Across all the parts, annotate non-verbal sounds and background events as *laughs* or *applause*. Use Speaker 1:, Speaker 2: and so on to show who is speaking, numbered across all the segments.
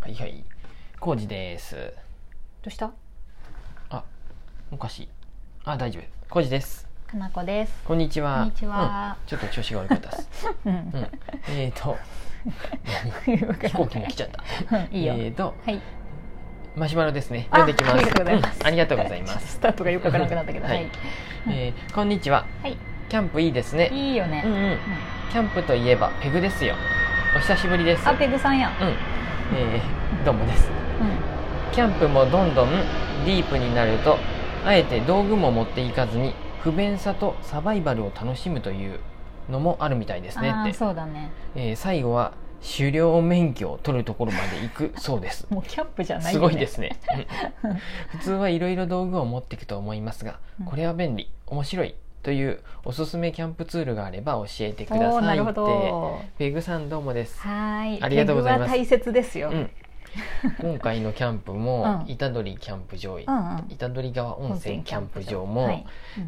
Speaker 1: はいはい。コウジです。
Speaker 2: どうした
Speaker 1: あ、おかしい。あ、大丈夫。コウジです。
Speaker 2: かなこです
Speaker 1: こんにちは。
Speaker 2: こんにちは
Speaker 1: うんちょっと調子が悪かったです。
Speaker 2: うん、 *laughs*
Speaker 1: うん。えーと、
Speaker 2: わから
Speaker 1: 飛行機も
Speaker 2: ない
Speaker 1: 来ちゃった。
Speaker 2: うん *laughs* いいよ、
Speaker 1: えーと、
Speaker 2: はい
Speaker 1: マシュマロですね。
Speaker 2: あ
Speaker 1: 読んできます。
Speaker 2: ありがとうございます
Speaker 1: んありがとうございます。
Speaker 2: スタートがよくわからなくなったけど
Speaker 1: は
Speaker 2: はいい
Speaker 1: えーこんにちは。
Speaker 2: はい、
Speaker 1: キャンプいいですね。
Speaker 2: いいよね、
Speaker 1: うんうん。キャンプといえばペグですよ。お久しぶりです。
Speaker 2: あペグさんやん、
Speaker 1: うん。えー、どうもです。
Speaker 2: う
Speaker 1: キャンプもどんどんディープになるとあえて道具も持っていかずに不便さとサバイバルを楽しむというのもあるみたいです
Speaker 2: ん、
Speaker 1: ね
Speaker 2: あ
Speaker 1: っ
Speaker 2: あ
Speaker 1: て、
Speaker 2: そうだね
Speaker 1: えー最後は狩猟免許を取るところまで行くそうです
Speaker 2: もうキャンプじゃ *laughs* ない
Speaker 1: す
Speaker 2: よ、ね、
Speaker 1: ごいですね
Speaker 2: *laughs*
Speaker 1: うん普通はいろいろ道具を持っていくと思いますが
Speaker 2: うん
Speaker 1: これは便利面白いというおすすめキャンプツールがあれば教えてく
Speaker 2: お
Speaker 1: だ
Speaker 2: ー
Speaker 1: さ
Speaker 2: ないる
Speaker 1: っ
Speaker 2: ほ
Speaker 1: て
Speaker 2: ど
Speaker 1: ペグさんどうもです、
Speaker 2: はーい
Speaker 1: ありがとうございます
Speaker 2: ペグは大切ですよ、
Speaker 1: う
Speaker 2: うんん、
Speaker 1: 今回のキャンプも
Speaker 2: うん
Speaker 1: 虎取キャンプ場
Speaker 2: うん
Speaker 1: 虎取川温泉キャンプ場
Speaker 2: は
Speaker 1: も
Speaker 2: い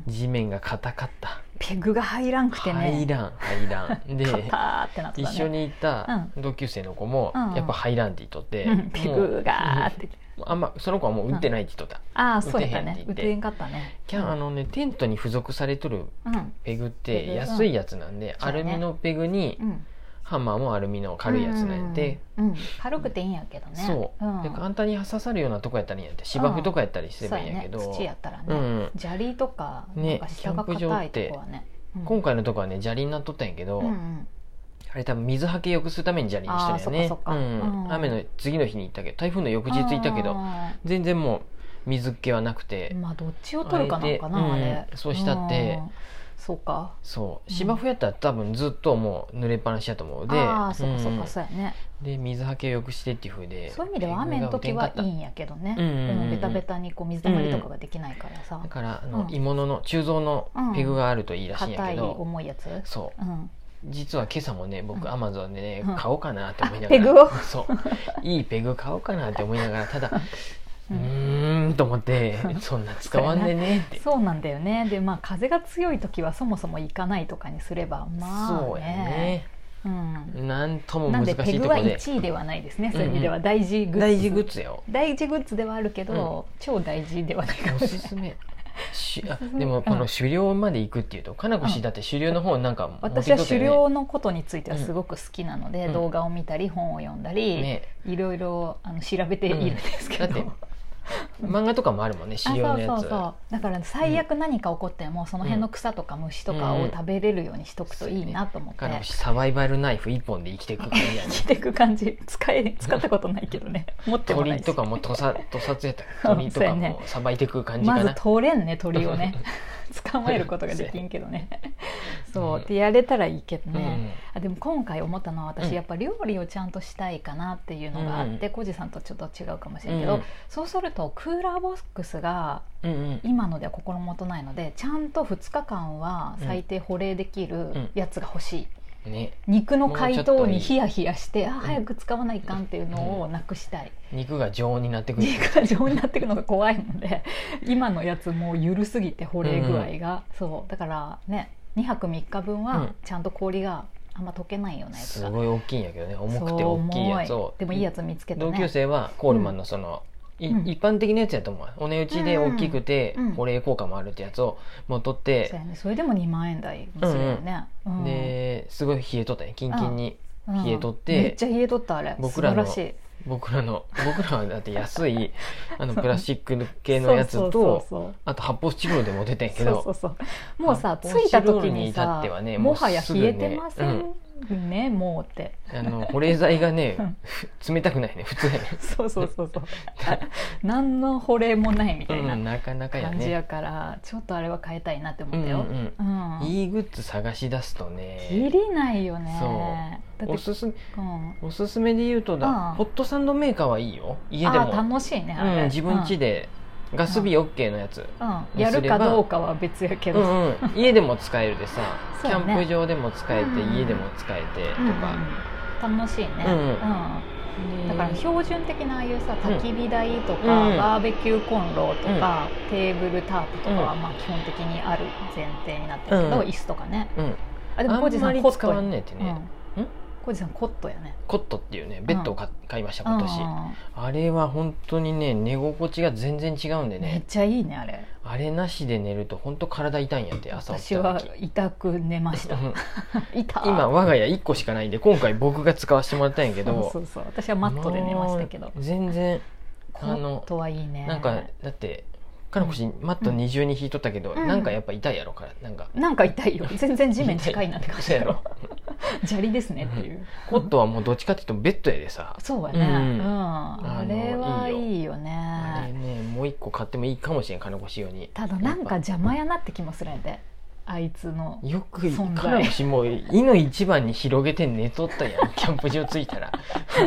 Speaker 2: うん
Speaker 1: 地面が硬かった
Speaker 2: ペグが入らんくてね
Speaker 1: 入らん入ら
Speaker 2: *laughs*
Speaker 1: んで
Speaker 2: カターってなってた
Speaker 1: 一
Speaker 2: ね
Speaker 1: 緒にいた同級生の子も
Speaker 2: うん
Speaker 1: やっぱ入らんって言っとって
Speaker 2: うん、ペ
Speaker 1: も
Speaker 2: グ
Speaker 1: う
Speaker 2: がーって
Speaker 1: あんまその子はもう打ってないって言っとった
Speaker 2: ああそうやったね
Speaker 1: 打て
Speaker 2: 打て
Speaker 1: へ
Speaker 2: へんかったね
Speaker 1: キャンあのねテントに付属されとる
Speaker 2: うん
Speaker 1: ペグって
Speaker 2: ペグ
Speaker 1: 安いやつなんで
Speaker 2: うん
Speaker 1: アルミのペグに
Speaker 2: うん
Speaker 1: ハンマーもアルミの軽いやつなんで
Speaker 2: うんうん軽くていいんやけどね
Speaker 1: そう
Speaker 2: うん
Speaker 1: で簡単に刺さるようなとこやったらいいんやって芝生とかやったりすればいいんやけ
Speaker 2: そうやね、
Speaker 1: ど
Speaker 2: 土やったらね、
Speaker 1: うん
Speaker 2: 砂利とか
Speaker 1: ね
Speaker 2: なんか下が硬いとこはねうん
Speaker 1: 今回のとこはね砂利になっとったんやけど、
Speaker 2: うんうん
Speaker 1: あれ多分水はけよくするために砂利にしてるよね
Speaker 2: あーそっかそっか
Speaker 1: うん
Speaker 2: うん
Speaker 1: 雨の次の日に行ったけど台風の翌日行ったけど
Speaker 2: あ
Speaker 1: 全然もう水気はなくて、
Speaker 2: ーまあどっちを取るかなんか
Speaker 1: あ
Speaker 2: なあ
Speaker 1: えて
Speaker 2: れ
Speaker 1: うんそうしたって
Speaker 2: んそうか
Speaker 1: そう
Speaker 2: うん
Speaker 1: 芝生やったら多分ずっともう濡れっぱなしやと思うで
Speaker 2: ああそうっ
Speaker 1: ん
Speaker 2: かそっかそうやね、
Speaker 1: で水はけをよくしてっていうふうで
Speaker 2: そういう意味では雨の時はいいんやけどね、
Speaker 1: うんうんうん
Speaker 2: ベタベタにこう水たまりとかができないからさ
Speaker 1: だからあの、
Speaker 2: うん
Speaker 1: 鋳物の鋳造のペグがあるといいらしいんや
Speaker 2: 硬
Speaker 1: け
Speaker 2: い
Speaker 1: ど、
Speaker 2: 重いやつ、
Speaker 1: そう
Speaker 2: うん、
Speaker 1: 実は今朝もね
Speaker 2: う
Speaker 1: 僕
Speaker 2: ん
Speaker 1: アマゾンでね、
Speaker 2: うん
Speaker 1: 買おうかなって思いながら
Speaker 2: あペグを *laughs*
Speaker 1: そういいペグ買おうかなって思いながらただう
Speaker 2: うん
Speaker 1: ーんと思ってそんな使わんでねって
Speaker 2: そうなんだよねでまあ風が強い時はそもそも行かないとかにすればまあね
Speaker 1: そうやね
Speaker 2: うん、
Speaker 1: なんとも
Speaker 2: なん
Speaker 1: 難し
Speaker 2: でペ
Speaker 1: い
Speaker 2: グ
Speaker 1: とこ
Speaker 2: は
Speaker 1: で
Speaker 2: 1位ではないですね、
Speaker 1: うんうん
Speaker 2: そういう意味では大事グッズ
Speaker 1: 大事グッズよ
Speaker 2: 大事グッズではあるけど、超大事ではないか
Speaker 1: お
Speaker 2: もし
Speaker 1: す
Speaker 2: れない
Speaker 1: すめしあ
Speaker 2: おすすめ
Speaker 1: でも
Speaker 2: うん
Speaker 1: この狩猟まで行くっていうとかなこ
Speaker 2: う
Speaker 1: 氏
Speaker 2: ん
Speaker 1: だって狩猟の方なんか持って
Speaker 2: 私
Speaker 1: き
Speaker 2: は
Speaker 1: とった
Speaker 2: 狩
Speaker 1: よ
Speaker 2: 猟のことについてはすごく好きなので、
Speaker 1: うん
Speaker 2: 動画を見たり本を読んだり、
Speaker 1: ねね
Speaker 2: いろいろあの調べているんですけど、
Speaker 1: うんだって漫画とかもあるもんね
Speaker 2: あ
Speaker 1: 狩猟のや
Speaker 2: そう
Speaker 1: つ
Speaker 2: そうそうだから最悪何か起こっても、その辺の草とか虫とかを食べれるようにしとくといいなと思って、
Speaker 1: かなこ氏サバイバルナイフ一本で生きていく感じや
Speaker 2: 生
Speaker 1: ね
Speaker 2: きていく感じ使え使ったことないけどね持ってもない
Speaker 1: 鳥
Speaker 2: し
Speaker 1: とかも屠 *laughs* 殺屠殺やったっけ鳥とか
Speaker 2: そうやね
Speaker 1: もさばいてく感じか
Speaker 2: まず
Speaker 1: な
Speaker 2: 通れんね鳥を
Speaker 1: *laughs*
Speaker 2: ね捕まえることができんけどねそうってやれたらいいけど
Speaker 1: うんうん
Speaker 2: ね、あでも今回思ったのは
Speaker 1: うん
Speaker 2: 私やっぱ料理をちゃんとしたいかなっていうのがあって、
Speaker 1: うん
Speaker 2: コージさんとちょっと違うかもし
Speaker 1: う
Speaker 2: れん
Speaker 1: ん
Speaker 2: けど、そうするとクーラーボックスが
Speaker 1: うんうん
Speaker 2: 今のでは心もとないのでちゃんと2日間は最低保冷できるやつが欲しい。
Speaker 1: ね
Speaker 2: 肉の解凍
Speaker 1: もう
Speaker 2: に
Speaker 1: ち
Speaker 2: ヒヤヒヤしてあ早く使わないかんっていうのをなくしたい、
Speaker 1: 肉が常温になってくる
Speaker 2: 肉が常になっていくのが怖いので今のやつもう緩すぎて保冷具合が、そうだからね2泊3日分
Speaker 1: う
Speaker 2: は
Speaker 1: ん
Speaker 2: ちゃんと氷があんま溶けないようなやつ
Speaker 1: す
Speaker 2: が
Speaker 1: ごい大きいんやけどね重くて大きいやつ
Speaker 2: そう重
Speaker 1: を
Speaker 2: いでもいいやつ見つけたね
Speaker 1: 同級生はコールマンのその、い
Speaker 2: うん
Speaker 1: 一般的なやつやと思うお値打ちで大きくて
Speaker 2: うんうん
Speaker 1: 保冷効果もあるってやつをもう取って
Speaker 2: そう、やねそれでも2万円台もするよね、うん
Speaker 1: ですごい冷えとったねキンキンに、
Speaker 2: うん
Speaker 1: 冷えとって
Speaker 2: めっちゃ冷えとったあれ
Speaker 1: 僕らの
Speaker 2: 素晴らしい
Speaker 1: 僕らの *laughs* 僕らはだって安いあのプラスチック系のやつと
Speaker 2: *laughs* そうそうそう
Speaker 1: あと発泡スチロールでも出てんやけ
Speaker 2: そうそ
Speaker 1: ど
Speaker 2: うそうもうさ
Speaker 1: 発
Speaker 2: 着
Speaker 1: 泡
Speaker 2: い
Speaker 1: スチロ
Speaker 2: た
Speaker 1: ール
Speaker 2: 時に
Speaker 1: に至
Speaker 2: さ
Speaker 1: ってはねも
Speaker 2: も
Speaker 1: うすぐ
Speaker 2: は
Speaker 1: ね
Speaker 2: や冷えてませんねもうって
Speaker 1: あの保冷剤がね
Speaker 2: うん
Speaker 1: 冷たくないね普通やね
Speaker 2: *laughs* そうそうそうそう
Speaker 1: *laughs*
Speaker 2: 何の保冷もないみたいな
Speaker 1: うん、なかなかや
Speaker 2: 感じ
Speaker 1: ね
Speaker 2: やからちょっとあれは変えたいなって思
Speaker 1: う
Speaker 2: っ
Speaker 1: ん
Speaker 2: た
Speaker 1: うん
Speaker 2: よ、うん
Speaker 1: うんいいグッズ探し出すと
Speaker 2: 切
Speaker 1: ね
Speaker 2: りないよねだって
Speaker 1: おすすめ
Speaker 2: うん
Speaker 1: おすすめで言うとだ
Speaker 2: うん
Speaker 1: ホットサンドメーカーはいいよ家で
Speaker 2: あ
Speaker 1: も
Speaker 2: あ楽しいねあ
Speaker 1: う
Speaker 2: れ、
Speaker 1: ん、自分家でガス火 OK のやつ、
Speaker 2: うん、うん
Speaker 1: に
Speaker 2: や
Speaker 1: す
Speaker 2: る
Speaker 1: れば
Speaker 2: かどうかは別やけ
Speaker 1: う
Speaker 2: ど、
Speaker 1: んうん、家でも使えるでさ、キ
Speaker 2: そうやね
Speaker 1: ャンプ場でも使えて
Speaker 2: うん
Speaker 1: 家でも使えてとか、
Speaker 2: うん楽しいね、
Speaker 1: うん
Speaker 2: うんだから標準的なああいうさ
Speaker 1: うん
Speaker 2: 焚き火台とか、
Speaker 1: うん
Speaker 2: バーベキューコンロとか、テーブルタープとかはまあ基本的にある前提になってるけど、
Speaker 1: うん
Speaker 2: 椅子とかね
Speaker 1: うん
Speaker 2: あで
Speaker 1: あ
Speaker 2: もコージ
Speaker 1: ん
Speaker 2: さ
Speaker 1: ま
Speaker 2: ん
Speaker 1: り
Speaker 2: コッ
Speaker 1: 使
Speaker 2: ト
Speaker 1: わん
Speaker 2: ン
Speaker 1: ねえってね、
Speaker 2: うん浩二さんコットやね
Speaker 1: コットっていうねベッドを買,、買いました今年
Speaker 2: あ
Speaker 1: あれは本当にね寝心地が全然違うんで
Speaker 2: ーめっ
Speaker 1: ね
Speaker 2: ちゃいいねあれ
Speaker 1: あれなしで寝ると本当体痛いんやって朝起き
Speaker 2: 私
Speaker 1: た
Speaker 2: は
Speaker 1: 時
Speaker 2: 痛く寝ま
Speaker 1: *laughs*
Speaker 2: した
Speaker 1: うん
Speaker 2: 痛
Speaker 1: 今我が家1個しかないんで今回僕が使わせてもらったんやけど
Speaker 2: そうそうそう私はマットで寝ましたけど
Speaker 1: もう全然
Speaker 2: コ
Speaker 1: あの
Speaker 2: ットはいいね
Speaker 1: なんかだってかのこしマット二重に引いとったけど、
Speaker 2: うん
Speaker 1: なんかやっぱ痛いやろからなんか
Speaker 2: なんか痛い
Speaker 1: *laughs*
Speaker 2: よ全然地面近いなって感じ
Speaker 1: そうやろ
Speaker 2: *laughs* 砂利ですねっていう
Speaker 1: コットはもうどっちかっていうとベッドやでさ
Speaker 2: そうやね、うん
Speaker 1: うん
Speaker 2: あれはいいよ
Speaker 1: あれ
Speaker 2: ね
Speaker 1: ねもう一個買ってもいいかもしれん金越用に
Speaker 2: ただなんか邪魔やなって気もするんやであいつの
Speaker 1: よく
Speaker 2: 存在
Speaker 1: 金越もう胃の一番に広げて寝とったやんキャンプ場着いたら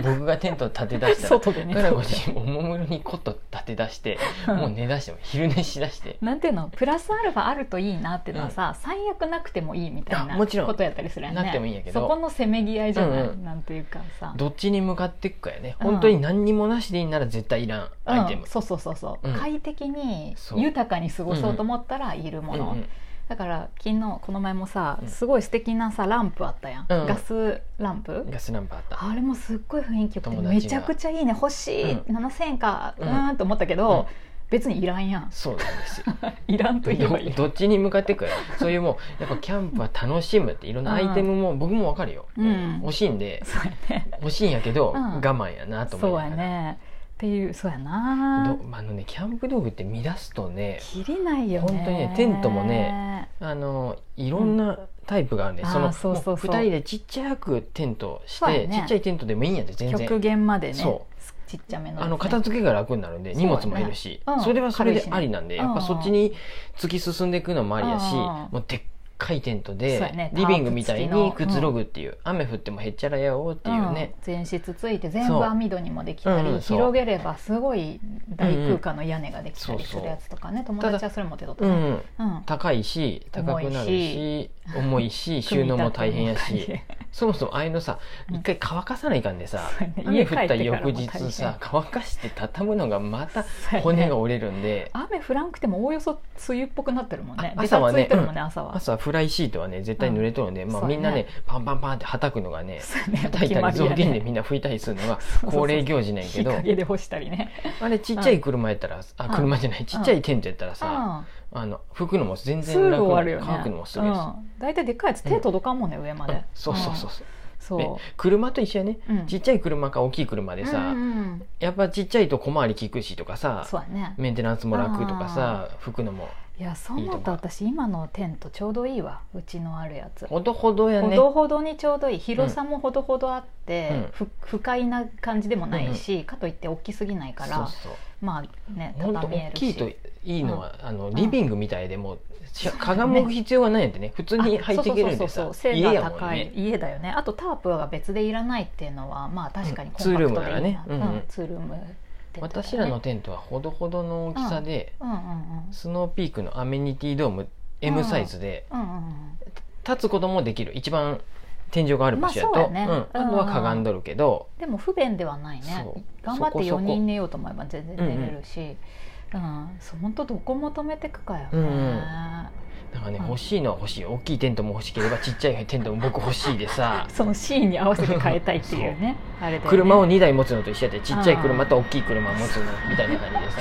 Speaker 1: 僕がテント立て出したら
Speaker 2: 外でね
Speaker 1: 金越 *laughs* おもむろにコット立て出してもう寝だしても昼寝しだして
Speaker 2: なんていうのプラスアルファあるといいなっていうのはさ、最悪なくてもいいみたい
Speaker 1: あ
Speaker 2: な
Speaker 1: もちろん
Speaker 2: ことやったりするやんね
Speaker 1: なくてもいいんやけど
Speaker 2: そこのせめぎ合いじゃない、
Speaker 1: うんうん
Speaker 2: なんていうかさ
Speaker 1: どっちに向かっていくかやね
Speaker 2: うん
Speaker 1: 本当に何にもなしでいいなら絶対いらんアイテム、
Speaker 2: うん、そうそうそうそう、
Speaker 1: うん
Speaker 2: 快適に
Speaker 1: そう
Speaker 2: 豊かに過ごそうと思ったらいるもの、
Speaker 1: うんうん
Speaker 2: だから昨日この前もさ
Speaker 1: うん
Speaker 2: すごい素敵なさランプあったやん、
Speaker 1: うん
Speaker 2: ガスランプ
Speaker 1: ガスナンバーあった
Speaker 2: あれもすっごい雰囲気よく
Speaker 1: 友
Speaker 2: て
Speaker 1: 達が
Speaker 2: めちゃくちゃいいね欲しい、
Speaker 1: う
Speaker 2: 7,000円かう
Speaker 1: うん
Speaker 2: ーんと思ったけど、別にいらんやん
Speaker 1: そうなんです
Speaker 2: *laughs*
Speaker 1: よ
Speaker 2: いらんと言えばいい
Speaker 1: どどっちに向かっていくかそういうもうやっぱキャンプは楽しむっていろんなアイテムも僕もわかるよ、
Speaker 2: うん
Speaker 1: 欲しいんで
Speaker 2: そうやね
Speaker 1: 欲しいんやけど、
Speaker 2: うん
Speaker 1: 我慢やなと思
Speaker 2: そううやねっていうそうやな
Speaker 1: どあのねキャンプ道具って見出すとね
Speaker 2: 切りないよね
Speaker 1: 本当にねテントもねあのいろんなタイプがあるね、
Speaker 2: うん
Speaker 1: そ
Speaker 2: あ
Speaker 1: の
Speaker 2: ーそうそうそう
Speaker 1: も2人でちっちゃくテントし
Speaker 2: そう
Speaker 1: て、
Speaker 2: やね
Speaker 1: ちっちゃいテントでもいいんやで全
Speaker 2: 極
Speaker 1: 然
Speaker 2: 限までね
Speaker 1: そ
Speaker 2: ちっちゃめの,、
Speaker 1: あの片付けが楽になるんで
Speaker 2: そう
Speaker 1: 荷
Speaker 2: やね
Speaker 1: 物もいるしそ,、
Speaker 2: うん
Speaker 1: れはそれでありなんで、
Speaker 2: 軽いしね
Speaker 1: やっぱそっちに突き進んでいくのもありやし、
Speaker 2: うん
Speaker 1: もうでっかいテント
Speaker 2: そう
Speaker 1: で、
Speaker 2: やね
Speaker 1: リビングみたい
Speaker 2: ター
Speaker 1: に
Speaker 2: プ付
Speaker 1: く
Speaker 2: きの
Speaker 1: つろぐっていう、雨降ってもへっちゃらやおうっていうね、
Speaker 2: うん前室ついて全
Speaker 1: そう
Speaker 2: 部網戸にもできたり、
Speaker 1: うんうんそう
Speaker 2: 広げればすごい大空間の屋根ができた
Speaker 1: うんう
Speaker 2: り
Speaker 1: ん
Speaker 2: するやつとかね、
Speaker 1: う
Speaker 2: 友達はそれ持ってとった
Speaker 1: うん
Speaker 2: ね、うん
Speaker 1: 高いし高くなるし重いし収
Speaker 2: *laughs* 組み立ても
Speaker 1: 納も大変や
Speaker 2: 大
Speaker 1: し
Speaker 2: 変
Speaker 1: そもそもああいうのさ
Speaker 2: うん
Speaker 1: 一回乾かさないかんでさ、
Speaker 2: そうやね
Speaker 1: 雨
Speaker 2: *laughs* 家
Speaker 1: 降
Speaker 2: 帰
Speaker 1: っ
Speaker 2: ってか
Speaker 1: た
Speaker 2: らも
Speaker 1: 翌
Speaker 2: 大変
Speaker 1: 日さ乾かして畳むのがまた
Speaker 2: そうやね
Speaker 1: *laughs* 骨が折れるん
Speaker 2: *laughs*
Speaker 1: で。
Speaker 2: 雨降らんくてもおおよそ梅雨っぽくなってるもんね
Speaker 1: あ
Speaker 2: ベ
Speaker 1: 朝は
Speaker 2: タつ
Speaker 1: ね
Speaker 2: いてるもんね朝は
Speaker 1: 朝フライシートはね絶対濡れとるんで、
Speaker 2: うん
Speaker 1: まあ、
Speaker 2: そうや
Speaker 1: み
Speaker 2: ね
Speaker 1: んなねパンパンパンって叩くのがね
Speaker 2: そうね
Speaker 1: 叩いた
Speaker 2: *laughs* お
Speaker 1: り
Speaker 2: 決ま
Speaker 1: 雑
Speaker 2: や
Speaker 1: 巾でみんな拭いたりするのが
Speaker 2: そうそうそう
Speaker 1: 恒例行事なんやけ
Speaker 2: 日 *laughs*
Speaker 1: ど
Speaker 2: 陰で干したりね
Speaker 1: あれちっちゃい車やったらあ
Speaker 2: うん
Speaker 1: 車じゃないちっちゃいテントやったらさあの拭くのも全
Speaker 2: うん
Speaker 1: 然楽
Speaker 2: 終わ
Speaker 1: な
Speaker 2: るよね
Speaker 1: 乾くのもすぐやし
Speaker 2: うん大体でっかいやつ手届かんもんね上ま
Speaker 1: うん
Speaker 2: で
Speaker 1: そうそうそう
Speaker 2: うん
Speaker 1: そうで
Speaker 2: そ
Speaker 1: 車と一緒やね
Speaker 2: ううん
Speaker 1: ちっちゃい車か大きい車でさ
Speaker 2: うんうん
Speaker 1: やっぱちっちゃいと小回りきくしとかさ
Speaker 2: そうやね
Speaker 1: メンテナンスも楽とかさ拭くのも
Speaker 2: いやそう思うと私今のテントちょうどいいわうちのあるやつ
Speaker 1: ほどほどや
Speaker 2: ほ
Speaker 1: ね
Speaker 2: どほどにちょうどいい広さもほどほどあって、
Speaker 1: うん
Speaker 2: ふ不快な感じでもないし、かといって大きすぎないから
Speaker 1: そうそう
Speaker 2: まあね
Speaker 1: 本当
Speaker 2: 畳め
Speaker 1: 大
Speaker 2: る
Speaker 1: きい
Speaker 2: し
Speaker 1: といいのは、あのリビングみたいでもうしかがむ必要がないんやって
Speaker 2: *laughs*
Speaker 1: ね普通に入っていけるんで
Speaker 2: あそ
Speaker 1: さ
Speaker 2: うそうそうそう背
Speaker 1: 家
Speaker 2: が
Speaker 1: やもん
Speaker 2: 高い
Speaker 1: ね
Speaker 2: 家だよねあとタープが別でいらないっていうのはまあ確かに
Speaker 1: うん
Speaker 2: コンパクトでい
Speaker 1: ツールー
Speaker 2: いな、
Speaker 1: ムならねうんうん
Speaker 2: うんツールームテントだね
Speaker 1: 私らのテントはほどほどの大きさで、
Speaker 2: うんうんうん
Speaker 1: スノーピークのアメニティドーム M サイズで、
Speaker 2: うんうん
Speaker 1: 立つこともできる一番天井がある場所やと、
Speaker 2: まあそうやね
Speaker 1: んあとはかがんどるけど、
Speaker 2: でも不便ではないね
Speaker 1: そう
Speaker 2: 頑張っ
Speaker 1: そこそ
Speaker 2: て
Speaker 1: こ
Speaker 2: 4人寝ようと思えば全然寝れるしうんそう本当どこ求めてくかよね、
Speaker 1: うんうんだからね、
Speaker 2: うん
Speaker 1: 欲しいのは欲しいよ大きいテントも欲しければちっちゃいテントも僕欲しいでさ
Speaker 2: *laughs* そのシーンに合わせて変えたいっていうねあれだよね
Speaker 1: 車を2台持つのと一緒やでちっちゃい車と大きい車を持つのみたいな感じでさ。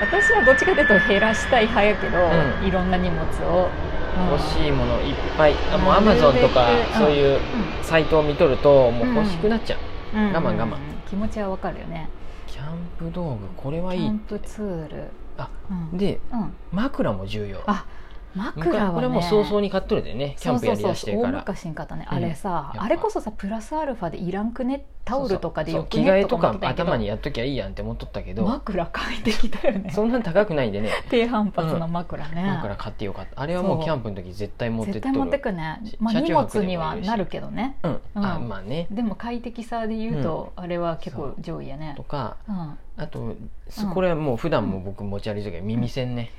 Speaker 2: 私はどっちかというと減らしたい派やけど、
Speaker 1: うん
Speaker 2: いろんな荷物を、うん
Speaker 1: 欲しいものいっぱいあもうア
Speaker 2: な
Speaker 1: マ
Speaker 2: るべく
Speaker 1: ゾンとか
Speaker 2: うん
Speaker 1: そういうサイトを見とるともう欲しくなっちゃう、
Speaker 2: うんうん
Speaker 1: 我慢我慢
Speaker 2: 気持ちはわかるよね
Speaker 1: キャンプ道具これ
Speaker 2: キ
Speaker 1: はい
Speaker 2: ャ
Speaker 1: い
Speaker 2: ンプツール
Speaker 1: あ
Speaker 2: うん
Speaker 1: で
Speaker 2: うん
Speaker 1: 枕も重要
Speaker 2: あ枕
Speaker 1: 昔
Speaker 2: はね
Speaker 1: これもう早々に買っとるでねキャンプやりだして
Speaker 2: そう
Speaker 1: か
Speaker 2: そうそう
Speaker 1: ら
Speaker 2: 大昔に買ったね
Speaker 1: うん
Speaker 2: あれさ、
Speaker 1: やっぱ
Speaker 2: あれこそさプラスアルファでいらんくねタオルとかで
Speaker 1: そう
Speaker 2: よ
Speaker 1: そう
Speaker 2: く
Speaker 1: 着
Speaker 2: ね
Speaker 1: 替えとか
Speaker 2: 思ってたんやけど
Speaker 1: 頭にやっときゃいいやんって思っとったけど
Speaker 2: 枕快適だよね
Speaker 1: そんなん高くないんでね
Speaker 2: *laughs* 低反発の枕ね、
Speaker 1: だから買ってよかったあれはもうキャンプの時絶対持ってっと
Speaker 2: 絶
Speaker 1: る
Speaker 2: 対持ってくね
Speaker 1: し、
Speaker 2: まあ、
Speaker 1: 車
Speaker 2: 荷
Speaker 1: 中泊
Speaker 2: 物
Speaker 1: でもいいし
Speaker 2: にはなるけどね
Speaker 1: うんあ
Speaker 2: うん
Speaker 1: まあね
Speaker 2: でも快適さで言うと、あれは結構上位やね
Speaker 1: とか
Speaker 2: うん
Speaker 1: あとす
Speaker 2: うん
Speaker 1: これはもう普段も僕持ち歩いてるけど耳栓ね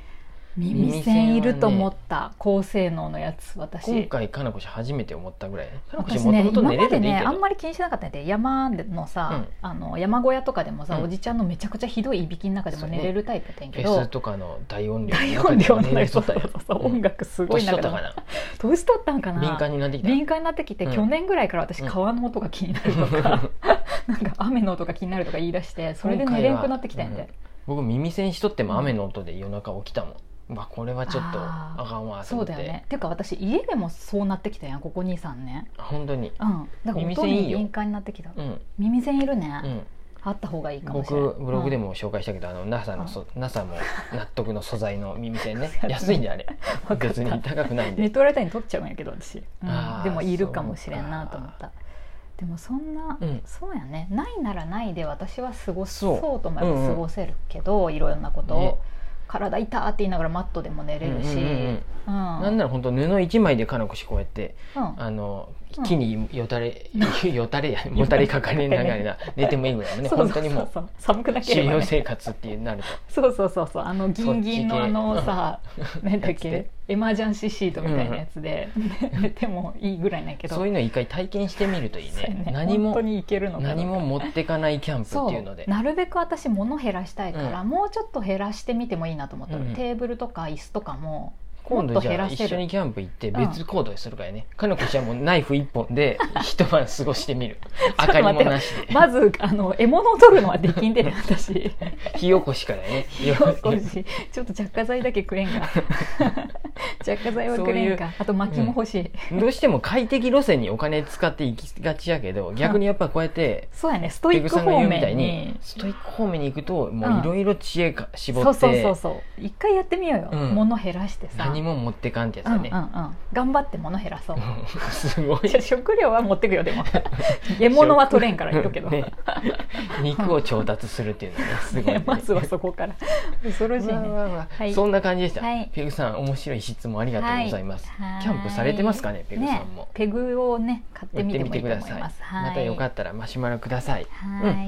Speaker 2: 耳栓いると思った高性能のやつ私
Speaker 1: 今回かなこちゃん初めて思ったぐらいかなこちゃんも
Speaker 2: 私
Speaker 1: と
Speaker 2: ね
Speaker 1: もと
Speaker 2: 今
Speaker 1: 寝れ
Speaker 2: ま
Speaker 1: る
Speaker 2: で
Speaker 1: んでいい
Speaker 2: ね
Speaker 1: けど
Speaker 2: あんまり気にしなかったんで山でのさ、あの山小屋とかでもさ、
Speaker 1: うん
Speaker 2: おじちゃんのめちゃくちゃひどいいびきの中でも寝れるタイプやったんや
Speaker 1: フ
Speaker 2: け
Speaker 1: ェ
Speaker 2: ど
Speaker 1: スとかの大音量
Speaker 2: 大音量の
Speaker 1: の
Speaker 2: 中
Speaker 1: 中
Speaker 2: で
Speaker 1: で
Speaker 2: そ
Speaker 1: 撮
Speaker 2: う
Speaker 1: った
Speaker 2: そう
Speaker 1: やつ
Speaker 2: そう音楽すごい
Speaker 1: 年取
Speaker 2: 中
Speaker 1: っ
Speaker 2: で
Speaker 1: た
Speaker 2: も
Speaker 1: かな
Speaker 2: 年取ったんかな
Speaker 1: 敏感になってきた
Speaker 2: 敏感になってきて、
Speaker 1: うん
Speaker 2: 去年ぐらいから私川の音が気になるとか、なんか雨の音が気になるとか言い出してそれで寝れんくなってきたん
Speaker 1: 今
Speaker 2: で、
Speaker 1: 僕耳栓しとっても雨の音で夜中起きたもん、うわこれはちょっと
Speaker 2: あ
Speaker 1: あ
Speaker 2: ー
Speaker 1: かんわと
Speaker 2: そ
Speaker 1: 思
Speaker 2: う
Speaker 1: って
Speaker 2: だよねっていうか私家でもそうなってきたやんここ23年
Speaker 1: 本当に
Speaker 2: うんだから
Speaker 1: 耳
Speaker 2: 音
Speaker 1: 栓いい
Speaker 2: に
Speaker 1: よ
Speaker 2: 敏感になってきた
Speaker 1: うん
Speaker 2: 耳栓いるね、
Speaker 1: うん
Speaker 2: あった方がいいかもしれない
Speaker 1: 僕ブログでも紹介したけど、あの NASA のそ NASA も納得の素材の耳栓
Speaker 2: *laughs*
Speaker 1: ね安いんであれ
Speaker 2: わかった
Speaker 1: 別に高くないん
Speaker 2: ネ
Speaker 1: で
Speaker 2: ットライターに取っちゃうんやけど私、うん
Speaker 1: あー
Speaker 2: でもいるかもしれんなと思っ
Speaker 1: そ
Speaker 2: たでもそんな、
Speaker 1: うん
Speaker 2: そうやねないならないで私は過ごそ
Speaker 1: そうう
Speaker 2: ともやっ
Speaker 1: うんう
Speaker 2: ぱ
Speaker 1: ん
Speaker 2: 過ごせるけど、いろんなことを、
Speaker 1: ね
Speaker 2: 体痛って言いながらマットでも寝れる
Speaker 1: うん
Speaker 2: し、
Speaker 1: うんうん
Speaker 2: うん
Speaker 1: なんなら本当布一枚でかなこしこうやって
Speaker 2: うん
Speaker 1: あの
Speaker 2: うん
Speaker 1: 木によたれ、 *laughs* よた
Speaker 2: *laughs*
Speaker 1: れやもたれかかりながら寝てもいいぐらいもね
Speaker 2: そうそう
Speaker 1: 本当にもう
Speaker 2: そうそう寒くなけ
Speaker 1: 収
Speaker 2: れば、
Speaker 1: 容
Speaker 2: ね、
Speaker 1: 生活っていうなると
Speaker 2: そうそうそうそうあのギンギンの
Speaker 1: そっ
Speaker 2: あ
Speaker 1: ち系
Speaker 2: のさ何だっ
Speaker 1: やつ
Speaker 2: け
Speaker 1: で
Speaker 2: エマージャンシーシートみたいなやつ *laughs* で、寝てもいいぐらいなんやけど
Speaker 1: そういうの一回体験してみるといい
Speaker 2: そうや
Speaker 1: ね何
Speaker 2: 本
Speaker 1: も
Speaker 2: 当にいけるのかどうか
Speaker 1: 何も持ってかないキャンプっていうので
Speaker 2: なるべく私物減らしたいから、
Speaker 1: う
Speaker 2: もうちょっと減らしてみてもいいなと思ったの、
Speaker 1: うんうん
Speaker 2: テーブルとか椅子とかもも
Speaker 1: 今
Speaker 2: っ
Speaker 1: 度
Speaker 2: と
Speaker 1: じゃ
Speaker 2: 減
Speaker 1: あ
Speaker 2: らせ
Speaker 1: 一緒
Speaker 2: る
Speaker 1: にキャンプ行って
Speaker 2: う
Speaker 1: 別行動するからね、かのこちゃんもナイフ一本で一晩過ごしてみ
Speaker 2: *laughs*
Speaker 1: る
Speaker 2: ょっ
Speaker 1: 明
Speaker 2: と待って
Speaker 1: かりもなしで
Speaker 2: まずあの獲物を取るのはでき
Speaker 1: *laughs*
Speaker 2: んでね私
Speaker 1: 火起こしからね
Speaker 2: 少しちょっと着火剤だけくれんか *laughs* 着火剤はくれん
Speaker 1: そう
Speaker 2: かあと薪も欲しい、
Speaker 1: *laughs* どうしても快適路線にお金使っていきがちやけど逆にやっぱこうやって
Speaker 2: そうやねストイ
Speaker 1: ペ
Speaker 2: ッ
Speaker 1: グ
Speaker 2: ク
Speaker 1: さんが言
Speaker 2: 方
Speaker 1: うみたい
Speaker 2: 面
Speaker 1: に
Speaker 2: に
Speaker 1: ストイック方面に行くと
Speaker 2: う
Speaker 1: も
Speaker 2: ん
Speaker 1: ういろいろ知恵か絞
Speaker 2: そう
Speaker 1: っ
Speaker 2: そうそう
Speaker 1: て
Speaker 2: そう一回やってみようよ、
Speaker 1: うん
Speaker 2: 物減らしてさ
Speaker 1: 何も持ってかんってやつだね
Speaker 2: うんうんうん、頑張って物減らそう
Speaker 1: うん *laughs* すごい
Speaker 2: じゃあ食料は持ってくよ
Speaker 1: *laughs*
Speaker 2: でも獲物は取れんから言っとくけど、
Speaker 1: ね肉を調達するっていうのがねすごいね、
Speaker 2: ねまずはそこから *laughs* 恐ろしいね
Speaker 1: わあわあわあ
Speaker 2: はい
Speaker 1: そんな感じでした、
Speaker 2: はい
Speaker 1: ペグさん面白い質問ありがとうございます、
Speaker 2: はい
Speaker 1: キャンプされてますかねペグさんも
Speaker 2: ね、ペグをね買って
Speaker 1: やっ
Speaker 2: み
Speaker 1: て
Speaker 2: て
Speaker 1: み
Speaker 2: もい
Speaker 1: てく
Speaker 2: い
Speaker 1: だ
Speaker 2: と思い
Speaker 1: さい
Speaker 2: ます
Speaker 1: またよか
Speaker 2: っ
Speaker 1: ったらマシュマロください
Speaker 2: たはい、